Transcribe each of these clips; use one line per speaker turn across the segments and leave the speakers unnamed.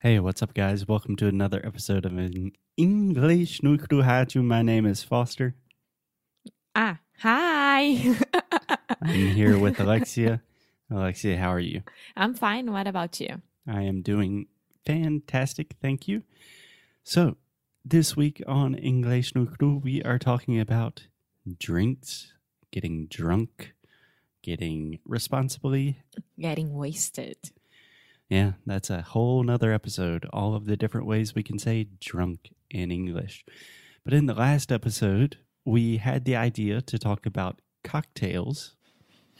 Hey, what's up, guys? Welcome to another episode of an English no Clue How To. My name is Foster.
Ah, hi.
I'm here with Alexia. Alexia, how are you?
I'm fine. What about you?
I am doing fantastic, thank you. So, this week on English no Clue, we are talking about drinks, getting drunk, getting responsibly.
Getting wasted.
Yeah, that's a whole nother episode. All of the different ways we can say drunk in English. But in the last episode, we had the idea to talk about cocktails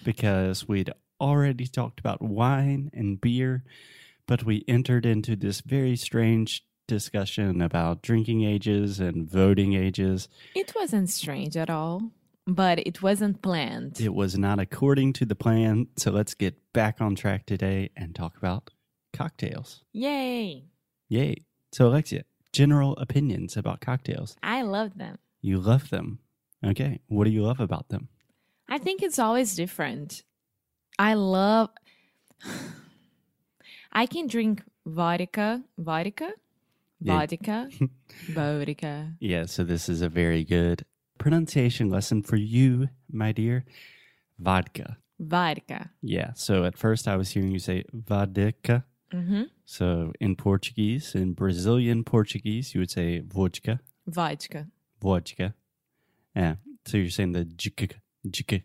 because we'd already talked about wine and beer, but we entered into this very strange discussion about drinking ages and voting ages.
It wasn't strange at all, but it wasn't planned.
It was not according to the plan, so let's get back on track today and talk about cocktails.
Yay.
Yay. So, Alexia, general opinions about cocktails.
I love them.
You love them. Okay. What do you love about them?
I think it's always different. I love. I can drink vodka, vodka,
Yeah.
vodka, vodka.
Yeah. So, this is a very good pronunciation lesson for you, my dear. Vodka.
Vodka.
Yeah. So, at first, I was hearing you say vodka.
hmm
So, in Portuguese, in Brazilian Portuguese, you would say vodka.
Vodka.
Vodka. Yeah. So, you're saying the jika, jika,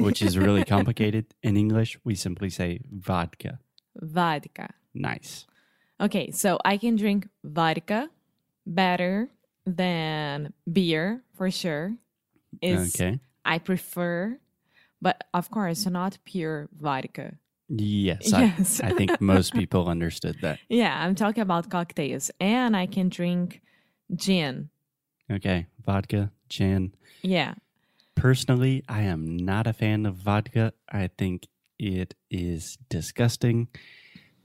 which is really complicated. In English, we simply say vodka.
Vodka.
Nice.
Okay, so I can drink vodka better than beer for sure. Is
okay.
I prefer, but of course not pure vodka.
Yes.
yes.
I, I think most people understood that.
yeah, I'm talking about cocktails, and I can drink gin.
Okay. Vodka, gin.
Yeah,
Personally, I am not a fan of vodka. I think it is disgusting,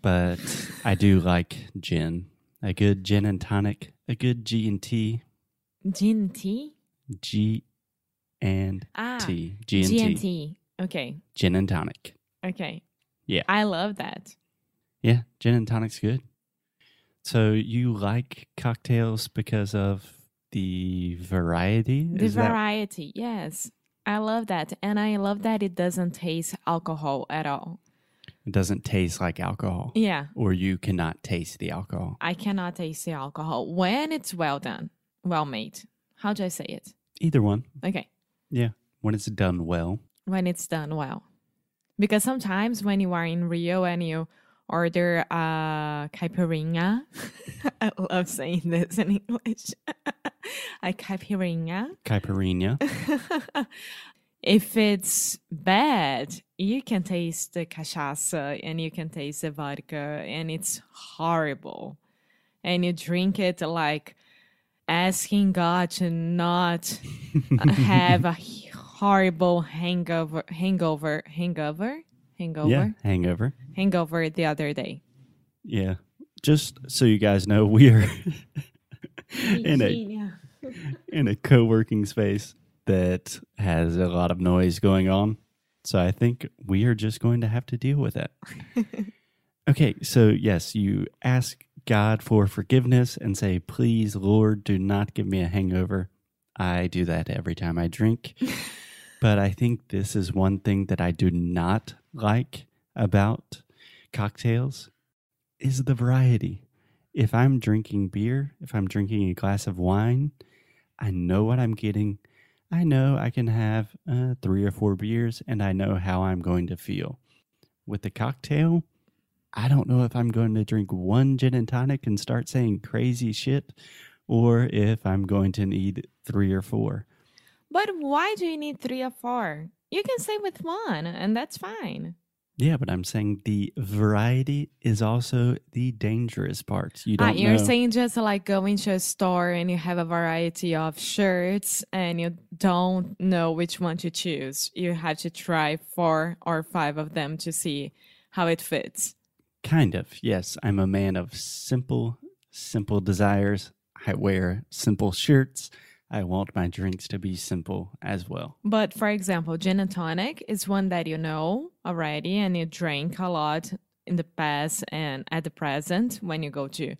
but I do like gin. A good gin and tonic, a good G and T,
gin tea.
G and
Ah,
T, G and
gin
T,
tea. Okay,
gin and tonic.
okay.
Yeah.
I love that.
Yeah, gin and tonic's good. So you like cocktails because of the variety?
The
Is that-
variety, yes. I love that. And I love that it doesn't taste alcohol at all.
it doesn't taste like alcohol.
Yeah.
or you cannot taste the alcohol.
I cannot taste the alcohol when it's well done, well made. How do I say it?
Either one,
Okay,
when it's done well.
when it's done well. Because sometimes when you are in Rio and you order a caipirinha, I love saying this in English, a caipirinha.
Caipirinha.
if it's bad, you can taste the cachaça and you can taste the vodka, and it's horrible. And you drink it like asking God to not have a horrible hangover, hangover, hangover, hangover,
yeah, hangover.
hangover the other day.
Yeah. Just so you guys know, we are in a
Virginia.
in a co-working space that has a lot of noise going on. So I think we are just going to have to deal with it. okay, so yes, you ask God for forgiveness and say, "Please, Lord, do not give me a hangover." I do that every time I drink. but I think this is one thing that I do not like about cocktails is the variety. If I'm drinking beer, if I'm drinking a glass of wine, I know what I'm getting. I know I can have uh, three or four beers and I know how I'm going to feel. With the cocktail, I don't know if I'm going to drink one gin and tonic and start saying crazy shit or if I'm going to need three or four.
But why do you need three or four? You can stay with one, and that's fine.
Yeah, but I'm saying the variety is also the dangerous part. You
Ah,
don't
you're
know.
saying just like going to a store and you have a variety of shirts and you don't know which one to choose. You have to try four or five of them to see how it fits.
Kind of, yes. I'm a man of simple, simple desires. I wear simple shirts. I want my drinks to be simple as well.
But for example, gin and tonic is one that you know already and you drink a lot in the past and at the present when you go to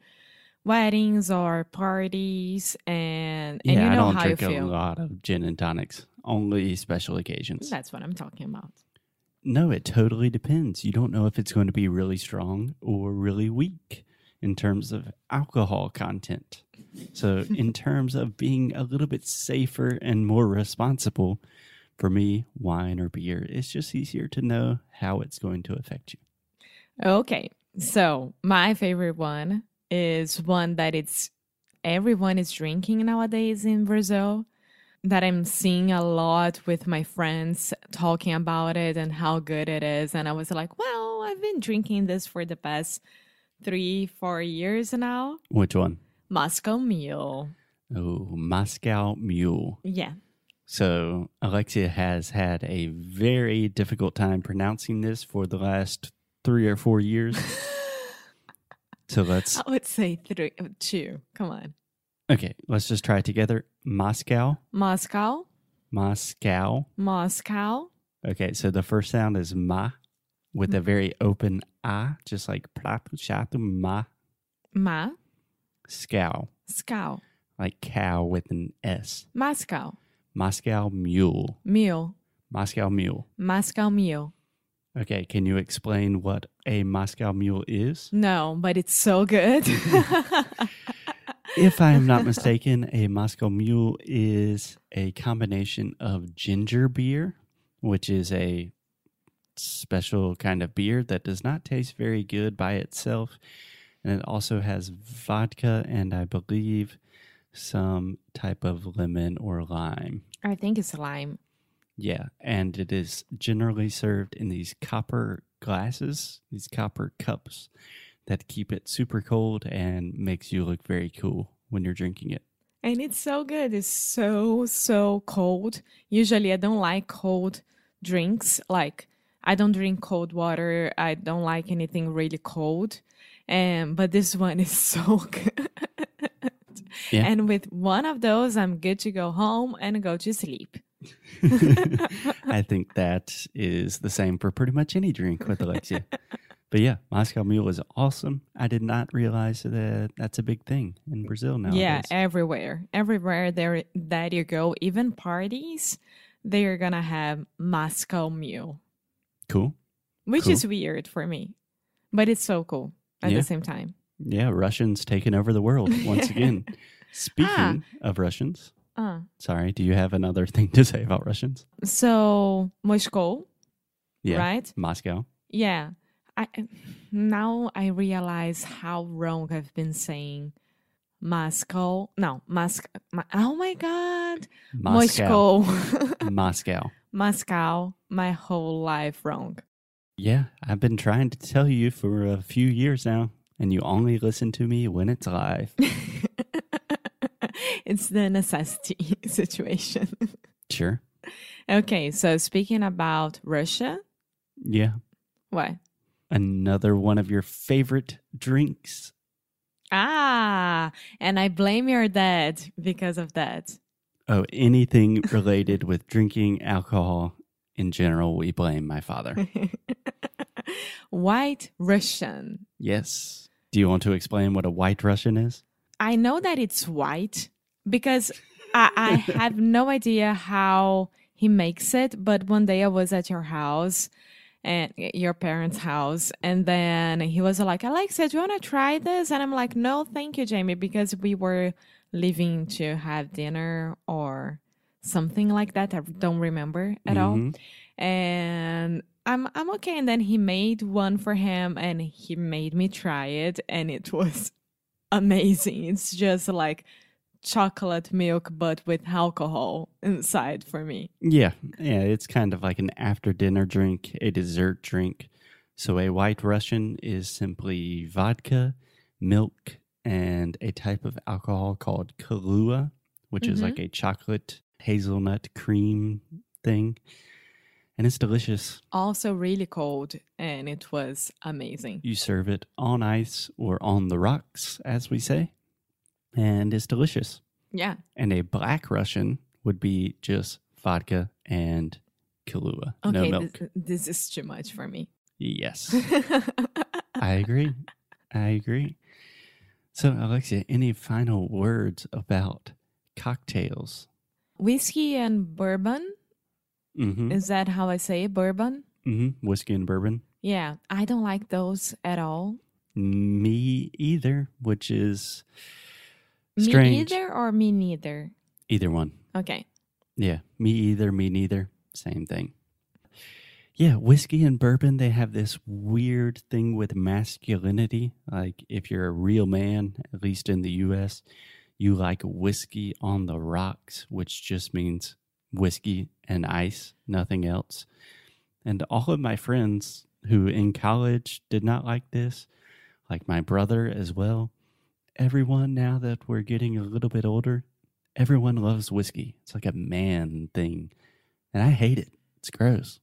weddings or parties and, and
yeah,
you know
I don't
how
drink
you
a
feel.
lot of gin and tonics, only special occasions.
That's what I'm talking about.
No, it totally depends. You don't know if it's going to be really strong or really weak in terms of alcohol content. So, in terms of being a little bit safer and more responsible, for me, wine or beer, it's just easier to know how it's going to affect you.
Okay. So my favorite one is one that it's everyone is drinking nowadays in Brazil. That I'm seeing a lot with my friends talking about it and how good it is. And I was like, well, I've been drinking this for the past three, four years now.
Which one?
Moscow Mule.
Oh, Moscow Mule.
Yeah.
So, Alexia has had a very difficult time pronouncing this for the last three or four years. So, let's
I would say three, two. Come on.
Okay, let's just try it together. Moscow,
Moscow,
Moscow.
Moscow,
Okay, so the first sound is ma with a very open ah, just like plap, shatu, ma,
Ma,
scow,
Scow,
like cow with an S.
Moscow,
Moscow mule,
Mule,
Moscow mule.
Moscow Mule.
Okay, can you explain what a Moscow mule is?
No, but it's so good.
If I am not mistaken, a Moscow Mule is a combination of ginger beer, which is a special kind of beer that does not taste very good by itself. And it also has vodka and I believe some type of lemon or lime.
I think it's lime.
Yeah. And it is generally served in these copper glasses, these copper cups that keep it super cold and makes you look very cool when you're drinking it.
And it's so good. It's so, so cold. Usually I don't like cold drinks. Like I don't drink cold water. I don't like anything really cold. Um, but this one is so good.
Yeah.
And with one of those, I'm good to go home and go to sleep.
I think that is the same for pretty much any drink with Alexia. but yeah, Moscow Mule is awesome. I did not realize that that's a big thing in Brazil now.
Yeah, everywhere. Everywhere there that you go, even parties, they're gonna have Moscow Mule,
cool.
which
Cool.
is weird for me, but it's so cool at
Yeah.
the same time.
Yeah, Russians taking over the world once again. Speaking
Ah.
of Russians,
Uh,
sorry, do you have another thing to say about Russians?
so Moscow,
Yeah,
right?
Moscow.
Yeah. I now I realize how wrong I've been saying Moscow. No, Moscow. oh my God,
Moscow.
Moscow,
Moscow.
Moscow. My whole life wrong.
Yeah, I've been trying to tell you for a few years now, and you only listen to me when it's live.
it's the necessity situation.
sure.
okay, so speaking about Russia,
Yeah.
what?
another one of your favorite drinks.
Ah, and I blame your dad because of that.
Oh, anything related with drinking alcohol in general, we blame my
Hmm.
father.
White Russian.
yes. Do you want to explain what a white Russian is?
I know that it's white because I, I have no idea how he makes it. But one day I was at your house and your parents' house, and then he was like, Alexa, do you want to try this? And I'm like, no, thank you, Jamie, because we were leaving to have dinner or something like that. I don't remember at all
Mhm.
and I'm I'm okay. And then he made one for him, and he made me try it, and it was amazing. It's just like chocolate milk, but with alcohol inside for me.
Yeah. Yeah. It's kind of like an after dinner drink, a dessert drink. So a white Russian is simply vodka, milk, and a type of alcohol called Kahlua, which is
Mhm.
like a chocolate hazelnut cream thing. And it's delicious.
Also, really cold, and it was amazing.
You serve it on ice or on the rocks, as we say, and it's delicious.
Yeah,
And a black Russian would be just vodka and Kahlua, no
okay,
milk.
this, this is too much for me.
Yes. I agree. I agree. So, Alexia, any final words about cocktails?
Whiskey and bourbon.
Mm-hmm.
Is that how I say it? Bourbon?
Mm-hmm. Whiskey and bourbon.
Yeah, I don't like those at all.
Me either, which is
Me
strange.
either or me neither.
Either one.
Okay.
Yeah. Me either, me neither. Same thing. Yeah, whiskey and bourbon, they have this weird thing with masculinity. Like, if you're a real man, at least in the US, you like whiskey on the rocks, which just means whiskey and ice, nothing else. And all of my friends who in college did not like this, like my brother as well, everyone now that we're getting a little bit older, everyone loves whiskey. It's like a man thing. And I hate it. It's gross.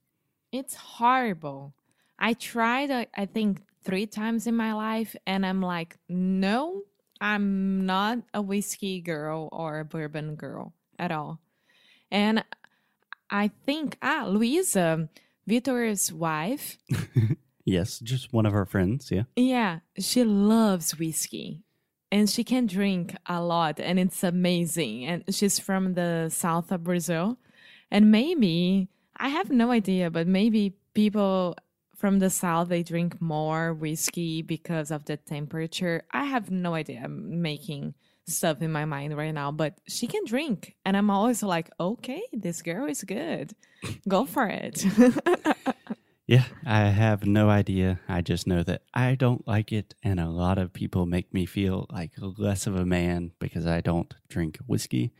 It's horrible. I tried, uh, I think, three times in my life, and I'm like, no, I'm not a whiskey girl or a bourbon girl at all. And I think, ah, Luisa, Vitor's wife,
Yes, just one of our friends. Yeah.
yeah, she loves whiskey and she can drink a lot, and it's amazing. And she's from the south of Brazil. And maybe, I have no idea, but maybe people from the south they drink more whiskey because of the temperature. I have no idea. I'm making stuff in my mind right now, but she can drink. And I'm always like, okay, this girl is good. Go for it.
Yeah. I have no idea. I just know that I don't like it. And a lot of people make me feel like less of a man because I don't drink whiskey.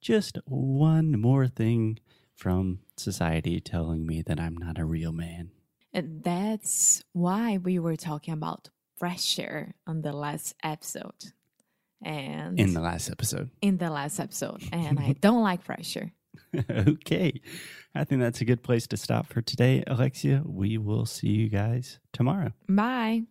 Just one more thing from society telling me that I'm not a real man.
And that's why we were talking about pressure on the last episode. And
In the last episode.
in the last episode. And I don't like pressure.
okay. I think that's a good place to stop for today, Alexia. We will see you guys tomorrow.
Bye.